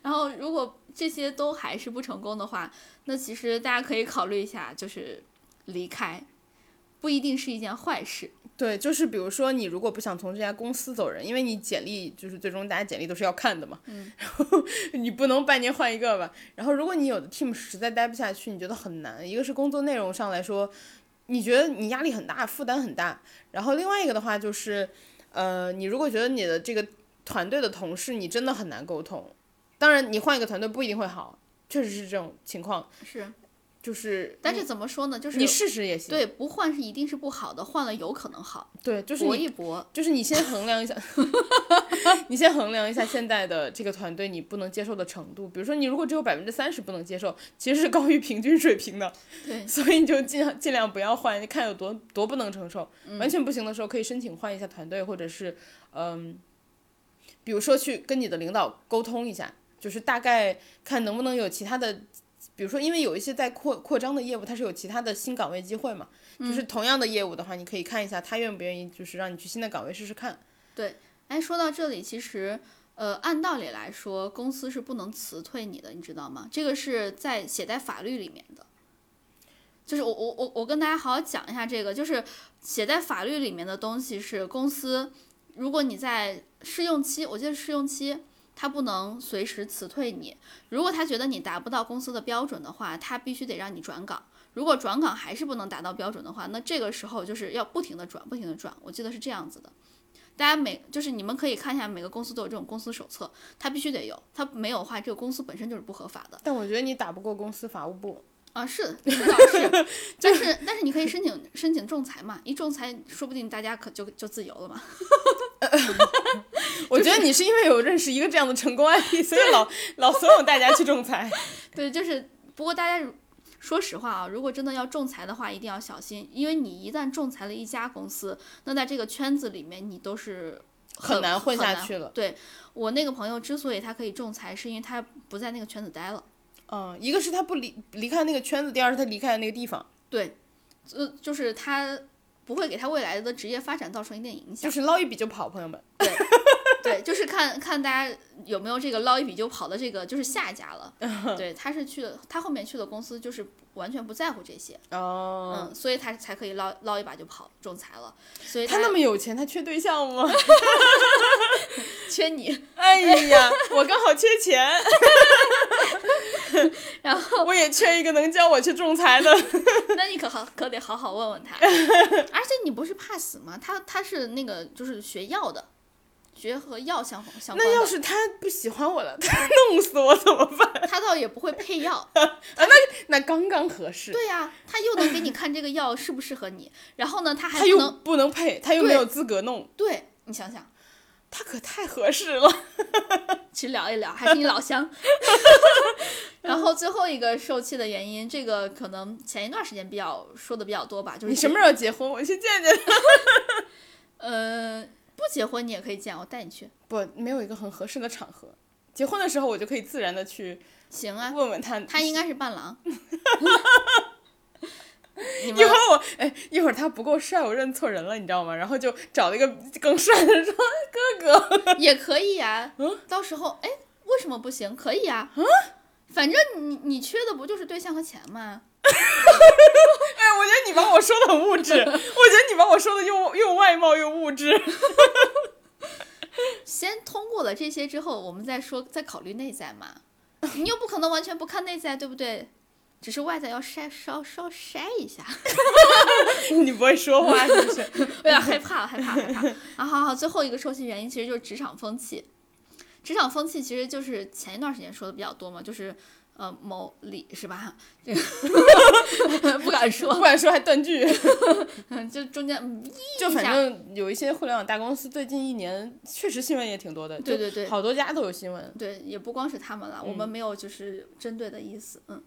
A: 然后如果这些都还是不成功的话，那其实大家可以考虑一下，就是离开，不一定是一件坏事。
B: 对，就是比如说你如果不想从这家公司走人，因为你简历就是最终大家简历都是要看的嘛，
A: 嗯
B: 然后你不能半年换一个吧。然后如果你有的 team 实在待不下去，你觉得很难，一个是工作内容上来说，你觉得你压力很大，负担很大，然后另外一个的话就是，呃，你如果觉得你的这个团队的同事你真的很难沟通，当然你换一个团队不一定会好，确实是这种情况，
A: 是，
B: 就是
A: 但是怎么说呢？就是
B: 你试试也行，
A: 对不换是一定是不好的，换了有可能好，
B: 对，就是
A: 搏
B: 你
A: 一搏。
B: 就是你先衡量一下， 你先衡量一下现在的这个团队你不能接受的程度。比如说，你如果只有百分之三十不能接受，其实是高于平均水平的，
A: 对，
B: 所以你就尽尽量不要换，看有多多不能承受。完全不行的时候，可以申请换一下团队，或者是嗯，比如说去跟你的领导沟通一下，就是大概看能不能有其他的。比如说，因为有一些在扩扩张的业务，它是有其他的新岗位
A: 嗯
B: 机会嘛，就是同样的业务的话，你可以看一下他愿不愿意，就是让你去新的岗位试试看。
A: 哎，说到这里，其实呃，按道理来说，公司是不能辞退你的，你知道吗？这个是在写在法律里面的。就是我我我我跟大家好好讲一下这个，就是写在法律里面的东西是公司，如果你在试用期，我记得试用期，他不能随时辞退你。如果他觉得你达不到公司的标准的话，他必须得让你转岗。如果转岗还是不能达到标准的话，那这个时候就是要不停的转，不停的转。我记得是这样子的。大家每就是你们可以看一下，每个公司都有这种公司手册，它必须得有，它没有的话，这个公司本身就是不合法的
B: 但我觉得你打不过公司法务部，
A: 啊。是，这倒是，但是但是你可以申请申请仲裁嘛，一仲裁，说不定大家可就就自由了嘛。
B: 我觉得你是因为有认识一个这样的成功案例，所以老老怂恿大家去 仲裁。
A: 对，就是不过大家如说实话啊，如果真的要仲裁的话，一定要小心，因为你一旦仲裁了一家公司，那在这个圈子里面你都是
B: 很难混下
A: 很
B: 去了
A: 对我那个朋友之所以他可以仲裁，是因为他不在那个圈子待了。
B: 嗯，一个是他不离离开那个圈子，第二是他离开了那个地方，
A: 对，呃，就是他不会给他未来的职业发展造成一定影响
B: 就。是捞一笔就跑，朋友们。
A: 对，就是看看大家有没有这个捞一笔就跑的这个，就是下家 了。对，他是去了，他后面去的公司就是完全不在乎这些，
B: 哦，
A: 嗯，所以他才可以捞捞一把就跑仲裁了。所以
B: 他那么有钱，他缺对象吗？
A: 缺 你，
B: 哎呀，我刚好缺钱，
A: 然后
B: 我也缺一个能教我去仲裁的。
A: 那你可好可得好好问 问他。而且你不是怕死吗？他他是那个就是学药的，学和药相相关
B: 那要
A: 的，
B: 是他不喜欢我了，他弄死我怎么办？
A: 他倒也不会配药。
B: 那刚刚合适。
A: 对呀、他又能给你看这个药适不适合你，然后呢，他还
B: 他
A: 不
B: 又
A: 能
B: 不能配，他又
A: 对
B: 没有资格弄，
A: 对你想想，
B: 他可太合适了。
A: 去聊一聊，还是你老乡。 然后最后一个受气的原因，这个可能前一段时间比较说的比较多吧，就是
B: 你什么时候结婚？我去见见。
A: 呃不结婚你也可以见，我带你去，
B: 不，没有一个很合适的场合。结婚的时候，我就可以自然的去
A: 行啊，
B: 问问他。
A: 他应该是伴郎。你
B: 一
A: 们
B: 会儿我哎，一会儿他不够帅，我认错人了，你知道吗？然后就找了一个更帅的说：“哥哥，
A: 也可以呀、
B: 嗯
A: 到时候哎为什么不行？可以呀、嗯，反正你你缺的不就是对象和钱吗？
B: 哎，我觉得你把我说的 很物质，我觉得你把我说的又又外貌又物质。
A: 先通过了这些之后，我们再说，再考虑内在嘛。 你又不可能完全不看内在，对不对？只是外在要筛稍稍筛一下，
B: 你不会说话是不是？
A: 有点哎害怕了，害怕了，害怕了。啊，好好，最后一个受气原因其实就是职场风气。职场风气其实就是前一段时间说的比较多嘛，就是呃某理是吧？ 这个不敢
B: 不
A: 说，
B: 敢说还断句。
A: 嗯就中间嗯
B: 就反正有一些互联网大公司最近一年确实新闻也挺多的，
A: 对
B: 就
A: 对对
B: 好多家都有新闻。
A: 对，也不光是他们了，我
B: 嗯
A: 们没有就是针对的意思，嗯。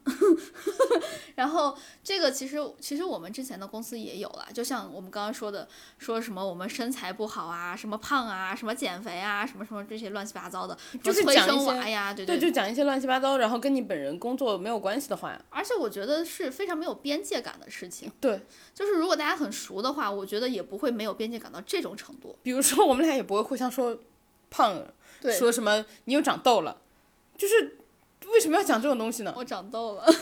A: 然后这个其实其实我们之前的公司也有了，就像我们刚刚说的，说什么我们身材不好啊，什么胖啊，什么减肥啊，什么什么这些乱七八糟的，什么
B: 就是
A: 催
B: 讲一
A: 生
B: 些
A: 娃呀，对
B: 对，
A: 对。
B: 就讲一些乱七八糟，然后跟你本人工作没有关系的话，
A: 而且我觉得是非常没有边界感的事情，
B: 对，
A: 就是如果大家很熟的话，我觉得也不会没有边界感到这种程度。
B: 比如说我们俩也不会互相说胖了，
A: 对
B: 说什么你又长痘了，就是为什么要讲这种东西呢？
A: 我长痘了。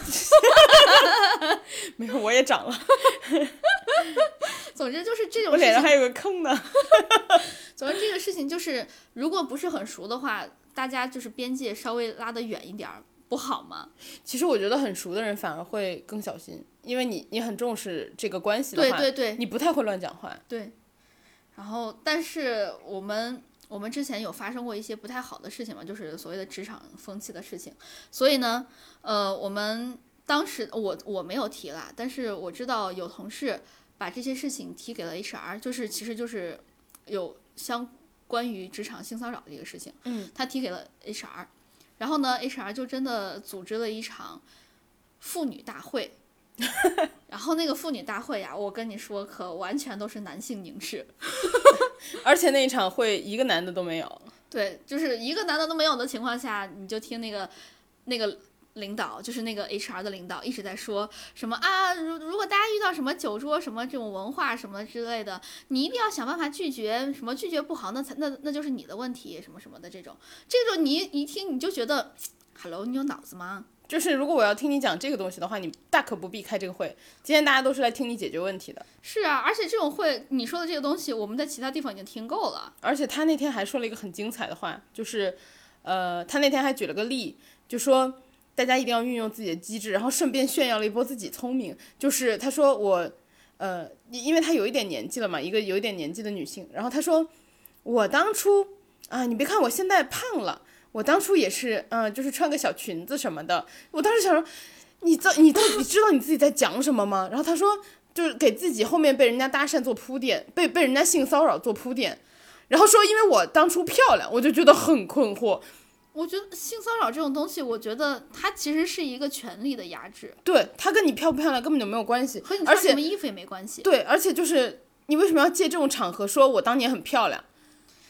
B: 没有，我也长了，
A: 总之就是这种
B: 我
A: 事
B: 脸
A: 情
B: 上还有个坑呢。
A: 总之，这个事情就是，如果不是很熟的话，大家就是边界稍微拉得远一点儿，不好吗？
B: 其实我觉得很熟的人反而会更小心，因为你你很重视这个关系的
A: 对
B: 话，
A: 对对
B: 你不太会乱讲话。
A: 对。然后，但是我们我们之前有发生过一些不太好的事情嘛，就是所谓的职场风气的事情。所以呢，呃，我们当时我我没有提啦，但是我知道有同事把这些事情提给了 HR，就是其实就是有相关于职场性骚扰这个事情。
B: 嗯，
A: 他提给了 HR，然后呢，HR 就真的组织了一场妇女大会。然后那个妇女大会呀、我跟你说，可完全都是男性凝视，
B: 而且那一场会一个男的都没有，
A: 对，就是一个男的都没有的情况下，你就听那个那个领导，就是那个 HR 的领导一直在说什么啊，如如果大家遇到什么酒桌什么这种文化什么之类的，你一定要想办法拒绝，什么拒绝不好，那才那那就是你的问题，什么什么的这种，这种你一听你就觉得，hello，你有脑子吗？
B: 就是如果我要听你讲这个东西的话，你大可不必开这个会。今天大家都是来听你解决问题的。
A: 是啊，而且这种会你说的这个东西，我们在其他地方已经听够了。
B: 而且他那天还说了一个很精彩的话，就是，呃，他那天还举了个例，就说大家一定要运用自己的机智，然后顺便炫耀了一波自己聪明。就是他说我，呃，因因为他有一点年纪了嘛，一个有一点年纪的女性，然后他说我当初啊，你别看我现在胖了，我当初也是，嗯、就是穿个小裙子什么的。我当时想说，你到你到底知道你自己在讲什么吗？然后他说。就是给自己后面被人家搭讪做铺垫，被被人家性骚扰做铺垫，然后说因为我当初漂亮，我就觉得很困惑。
A: 我觉得性骚扰这种东西，我觉得它其实是一个权力的压制，
B: 对他跟你漂不漂亮根本就没有关系
A: 和你，
B: 而
A: 穿什
B: 且
A: 么衣服也没关系。
B: 对，而且就是你为什么要借这种场合说我当年很漂亮，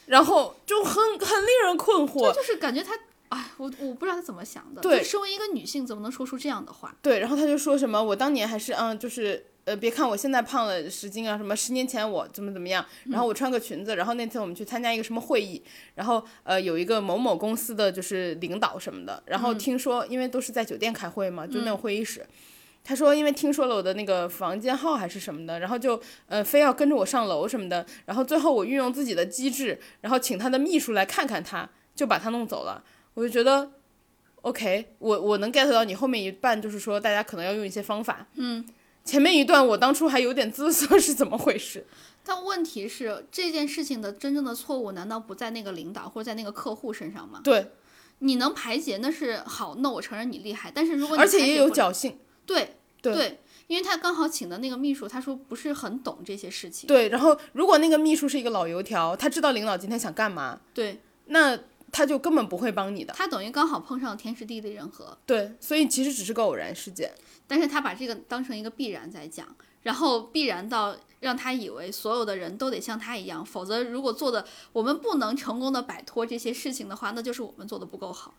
B: 然后就很很令人困惑。
A: 就是感觉他，哎，我我不知道他怎么想的。
B: 对
A: 就身为一个女性，怎么能说出这样的话？
B: 对，然后他就说什么我当年还是嗯，就是呃，别看我现在胖了十斤啊，什么十年前我怎么怎么样，然后我穿个裙子，然后那次我们去参加一个什么会议，然后呃有一个某某公司的就是领导什么的，然后听说因为都是在酒店开会嘛，就那种会议室。他说，因为听说了我的那个房间号还是什么的，然后就呃非要跟着我上楼什么的，然后最后我运用自己的机智，然后请他的秘书来看看他，就把他弄走了。我就觉得 OK，我我能 get 到你后面一半，就是说大家可能要用一些方法。嗯，前面一段我当初还有点姿色 是怎么回事？
A: 但问题是，这件事情的真正的错误难道不在那个领导或者在那个客户身上吗？
B: 对，
A: 你能排解那是好，那我承认你厉害。但是如果你
B: 而且
A: 排解
B: 也有
A: 不了
B: 侥幸。
A: 对
B: 对
A: 因为他刚好请的那个秘书，他说不是很懂这些事情。
B: 对，然后如果那个秘书是一个老油条，他知道领导今天想干嘛，
A: 对
B: 那他就根本不会帮你的。
A: 他等于刚好碰上天时地利人和，
B: 对，所以其实只是个偶然事件。
A: 但是他把这个当成一个必然在讲，然后必然到让他以为所有的人都得像他一样，否则如果做的我们不能成功的摆脱这些事情的话，那就是我们做的不够好。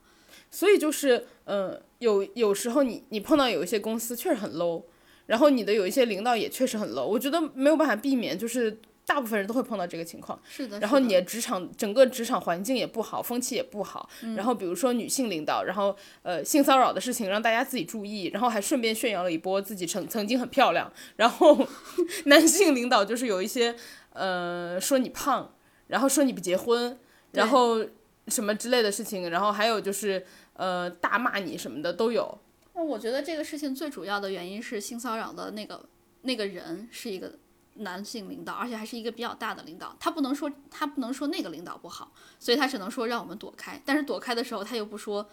B: 所以就是，呃，有有时候你你碰到有一些公司确实很 low，然后你的有一些领导也确实很 low，我觉得没有办法避免，就是大部分人都会碰到这个情况。
A: 是的，
B: 然后
A: 嗯是的
B: 你的职场整个职场环境也不好，风气也不好。
A: 嗯
B: 然后比如说女性领导，然后呃性骚扰的事情让大家自己注意，然后还顺便炫耀了一波自己曾曾经很漂亮。然后 男性领导就是有一些呃说你胖，然后说你不结婚，然
A: 对
B: 后什么之类的事情，然后还有就是呃大骂你什么的都有。
A: 那我觉得这个事情最主要的原因是性骚扰的那个那个人是一个男性领导，而且还是一个比较大的领导，他不能说他不能说那个领导不好，所以他只能说让我们躲开。但是躲开的时候，他又不说，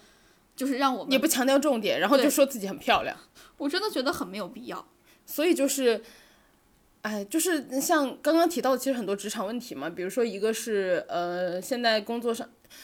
A: 就是让我
B: 也
A: 们，
B: 不强调重点，然后就说自己很漂亮。
A: 我真的觉得很没有必要。
B: 所以就是，哎，就是像刚刚提到的，其实很多职场问题嘛，比如说一个是呃，现在工作上，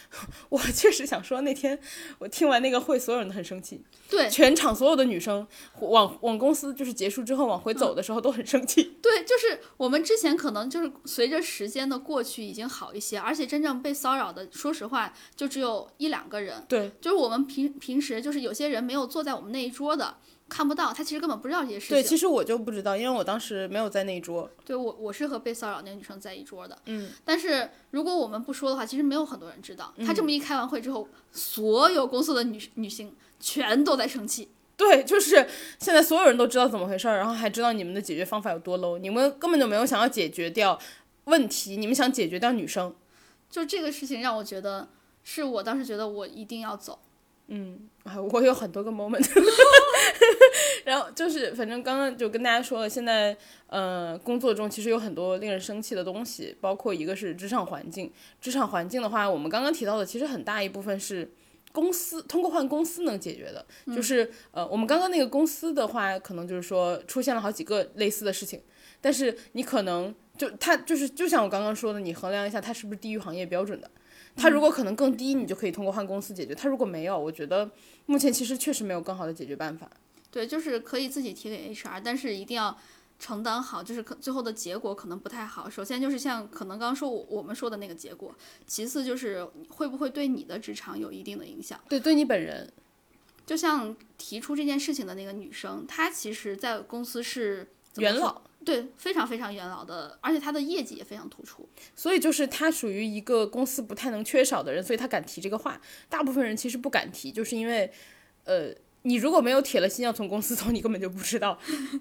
B: 我确实想说，那天我听完那个会，所有人都很生气，
A: 对，
B: 全场所有的女生往往公司就是结束之后往回走的时候都很生 气。
A: 对，就是我们之前可能就是随着时间的过去已经好一些，而且真正被骚扰的，说实话就只有一两个人。
B: 对，
A: 就是我们平平时就是有些人没有坐在我们那一桌的，看不到，他其实根本不知道这些事
B: 对，
A: 情。
B: 其实我就不知道，因为我当时没有在那一桌。
A: 对我我是和被骚扰那个女生在一桌的，
B: 嗯，
A: 但是如果我们不说的话，其实没有很多人知道。他这么一开完会之后，所有公司的女女性全都在生气。
B: 对，就是现在所有人都知道怎么回事儿，然后还知道你们的解决方法有多 low，你们根本就没有想要解决掉问题，你们想解决掉女生。
A: 就这个事情让我觉得，是我当时觉得我一定要走。
B: 啊，我有很多个 moment，然后就是反正刚刚就跟大家说了，现在呃工作中其实有很多令人生气的东西，包括一个是职场环境，职场环境的话，我们刚刚提到的其实很大一部分是公司通过换公司能解决的，就是呃我们刚刚那个公司的话，可能就是说出现了好几个类似的事情，但是你可能就它就是就像我刚刚说的，你衡量一下它是不是低于行业标准的。它如果可能更低，你就可以通过换公司解决；它如果没有，我觉得目前其实确实没有更好的解决办法。
A: 对，就是可以自己提给 HR，但是一定要承担好，就是可最后的结果可能不太好。首先就是像可能刚刚说我我们说的那个结果，其次就是会不会对你的职场有一定的影响。
B: 对，对你本人，
A: 就像提出这件事情的那个女生，她其实在公司是怎么
B: 元
A: 说
B: 老，
A: 对，非常非常元老的，而且她的业绩也非常突出。
B: 所以就是他属于一个公司不太能缺少的人，所以他敢提这个话。大部分人其实不敢提，就是因为，呃，你如果没有铁了心要从公司走，你根本就不知道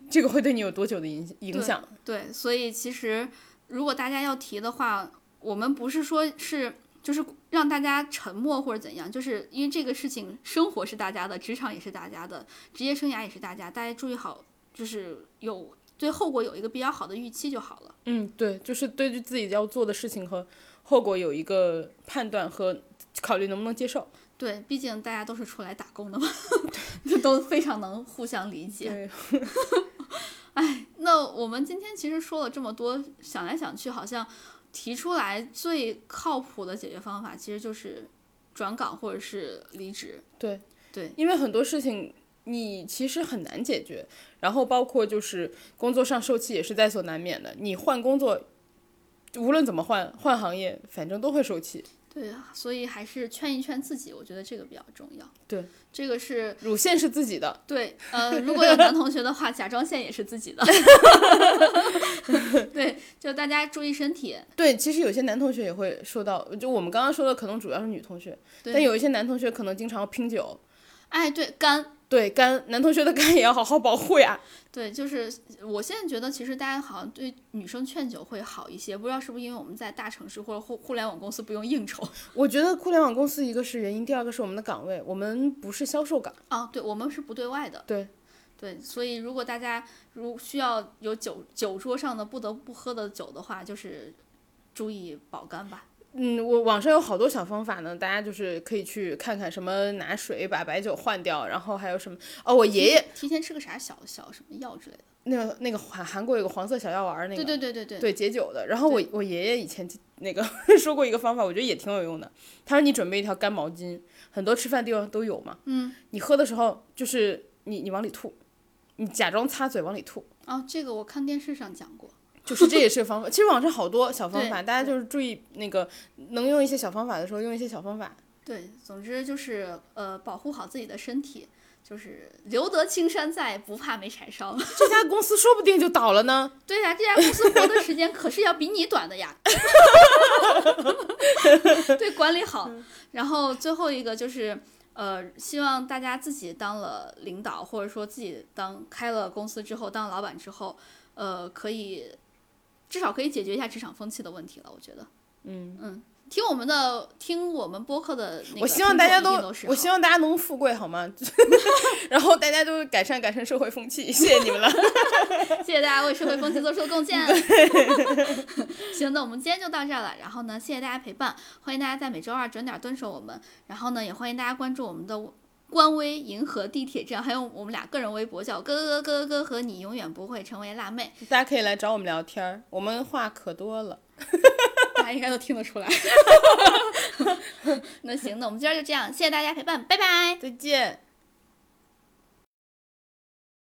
B: 这个会对你有多久的影影响。
A: 对，所以其实如果大家要提的话，我们不是说是就是让大家沉默或者怎样，就是因为这个事情，生活是大家的，职场也是大家的，职业生涯也是大家，大家注意好，就是有对后果有一个比较好的预期就好了。
B: 嗯，对，就是对自己要做的事情和后果有一个判断和考虑能不能接受。
A: 对，毕竟大家都是出来打工的嘛， 就都非常能互相理解。哎
B: 对，
A: 那我们今天其实说了这么多，想来想去，好像提出来最靠谱的解决方法，其实就是转岗或者是离职。
B: 对
A: 对，
B: 因为很多事情你其实很难解决，然后包括就是工作上受气也是在所难免的。你换工作，无论怎么换，换行业，反正都会受气。
A: 对啊，所以还是劝一劝自己，我觉得这个比较重要。
B: 对，
A: 这个是
B: 乳腺是自己的，
A: 对，呃，如果有男同学的话，甲状腺也是自己的。对，就大家注意身体。
B: 对，其实有些男同学也会说到，就我们刚刚说的，可能主要是女同学，但
A: 对，
B: 有一些男同学可能经常拼酒，
A: 哎，对，肝，
B: 对肝，男同学的肝也要好好保护呀。
A: 对，就是我现在觉得，其实大家好像对女生劝酒会好一些，不知道是不是因为我们在大城市或者互互联网公司不用应酬。
B: 我觉得互联网公司一个是原因，第二个是我们的岗位，我们不是销售岗，
A: 啊，对，我们是不对外的。
B: 对，
A: 对，所以如果大家如需要有酒酒桌上的不得不喝的酒的话，就是注意保肝吧。
B: 嗯，我网上有好多小方法呢，大家就是可以去看看什么拿水把白酒换掉，然后还有什么哦，我爷爷
A: 提前吃个啥小小什么药之类的。
B: 那个那个韩韩国有个黄色小药丸儿那个，
A: 对对对对对，
B: 对解酒的。然后我我爷爷以前那个 说过一个方法，我觉得也挺有用的。他说你准备一条干毛巾，很多吃饭地方都有嘛。嗯，你喝的时候就是你你往里吐，你假装擦嘴往里吐，
A: 哦，这个我看电视上讲过。
B: 就是这也是个方法。其实网上好多小方法，大家就是注意那个能用一些小方法的时候用一些小方法。
A: 对，总之就是呃，保护好自己的身体，就是留得青山在，不怕没柴烧。
B: 这家公司说不定就倒了呢。
A: 对呀、这家公司活的时间可是要比你短的呀。 对，管理好。
B: 嗯
A: 然后最后一个就是，呃，希望大家自己当了领导，或者说自己当开了公司之后，当老板之后，呃，可以至少可以解决一下职场风气的问题了。我觉得，嗯嗯，听我们的听我们播客的那个听众一定是好，
B: 我希望大家都，
A: 是
B: 我希望大家能富贵 好吗？然后大家都改善改善社会风气，谢谢你 们了。
A: 谢谢大家为社会风气做出的 贡献。行，那我们今天就到这儿了。然后呢，谢谢大家陪伴，欢迎大家在每周二准点蹲守我们。然后呢，也欢迎大家关注我们的官微银河地铁站，还有我们俩个人微博叫哥哥哥哥和你永远不会成为辣妹，
B: 大家可以来找我们聊天儿，我们话可多了。
A: 大家应该都听得 出来。那行，那我们今儿就这样，谢谢大家陪伴，拜拜。
B: 再见。